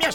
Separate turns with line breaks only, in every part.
das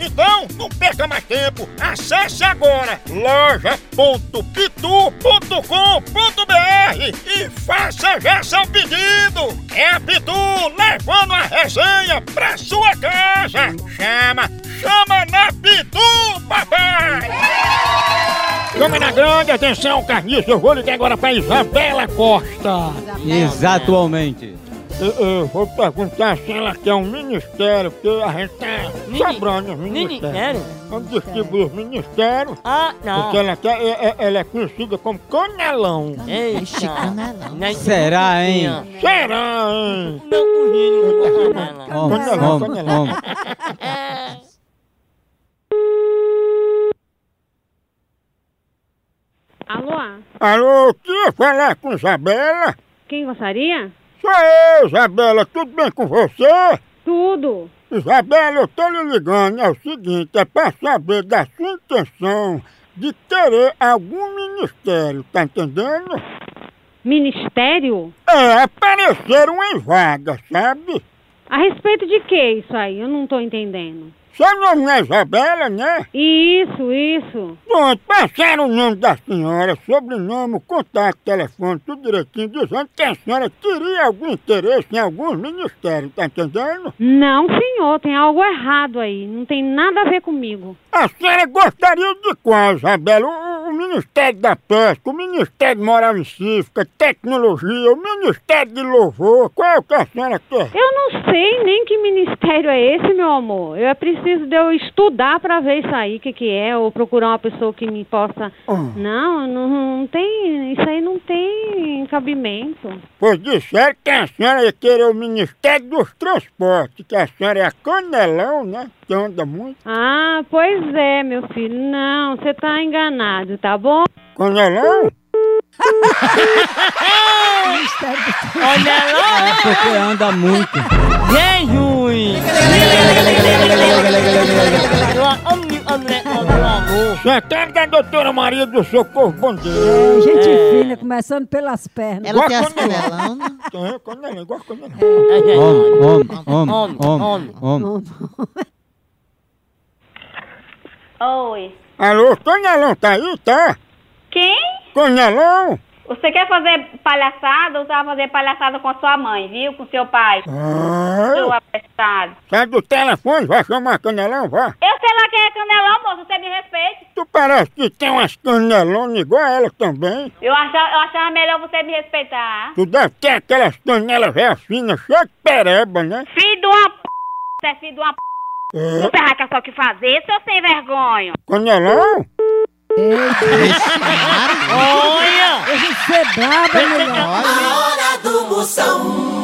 Então, não perca mais tempo, acesse agora loja.pitu.com.br e faça já seu pedido. É a Pitu levando a resenha pra sua casa. Chama, chama na Pitu, papai! Câmara Grande, atenção, Carniça, eu vou ligar agora para Isabela Costa.
Né, Exatamente.
Eu, eu vou perguntar se ela quer um ministério, porque a gente tá sobrando os ministérios.
Ministério?
Vamos distribuir os ministérios,
Ah, não.
porque ela, quer, é- é- ela é conhecida como Canelão.
Eita. Não,
Será, hein?
Será, hein?
Não, não, não, não, não.
Homem,
Canelão,
homem,
canelão.
homem.
Alô?
Alô, eu queria falar com Isabela?
Quem gostaria?
Sou eu, Isabela, tudo bem com você?
Tudo.
Isabela, eu tô lhe ligando, é o seguinte, é pra saber da sua intenção de querer algum ministério, tá entendendo?
Ministério?
É, apareceram em vaga, sabe?
A respeito de que isso aí? Eu não tô entendendo.
Seu nome não é Isabela, né?
Isso, isso.
Pronto, passaram o nome da senhora, sobrenome, o contato, telefone, tudo direitinho, dizendo que a senhora teria algum interesse em alguns ministérios, tá entendendo?
Não, senhor, tem algo errado aí. Não tem nada a ver comigo.
A senhora gostaria de qual, Isabela? O, o- o Ministério da Pesca, o Ministério de Moral e Cívica, Tecnologia, o Ministério de Louvor, qual é o que a senhora quer?
Eu não sei nem que ministério é esse, meu amor. Eu é preciso de eu estudar pra ver isso aí, o que, que é, ou procurar uma pessoa que me possa.
Hum.
Não, não, não tem. Isso aí não tem cabimento.
Pois disseram que a senhora ia querer o Ministério dos Transportes, que a senhora é canelão, né? Que anda muito.
Ah, pois é, meu filho. Não, você tá enganado, tá bom?
Canelão?
Olha lá,
Porque anda muito.
Jesus! Eu amo o André, amo
Secretário da doutora Maria do Socorro Bandeira.
É, gente fina, começando pelas pernas.
Ela quer as
Guacanã.
canelas. né?
Tem canelão, igual canelão.
o amor.
Homem, homem, homem,
Homem,
homem,
homem.
homem.
Oi.
Alô, canelão tá aí, tá?
Quem?
Canelão?
Você quer fazer palhaçada? Você vai fazer palhaçada com a sua mãe, viu? Com seu pai. Seu
Ah,
apestado.
sai do telefone, vai chamar canelão, vá.
Eu sei lá quem é canelão, moço. Você me respeite.
Tu parece que tem umas canelonas igual a ela também.
Eu achava, eu achava melhor você me respeitar.
Tu deve ter aquelas canelas velhas finas, cheia de pereba, né?
Filho de uma p... Você é filho de uma p...
É,
Não tem que só o que fazer, seu sem vergonha.
canelão?
Olha!
Você é braba, mulher.
Olha.
A hora do Moção.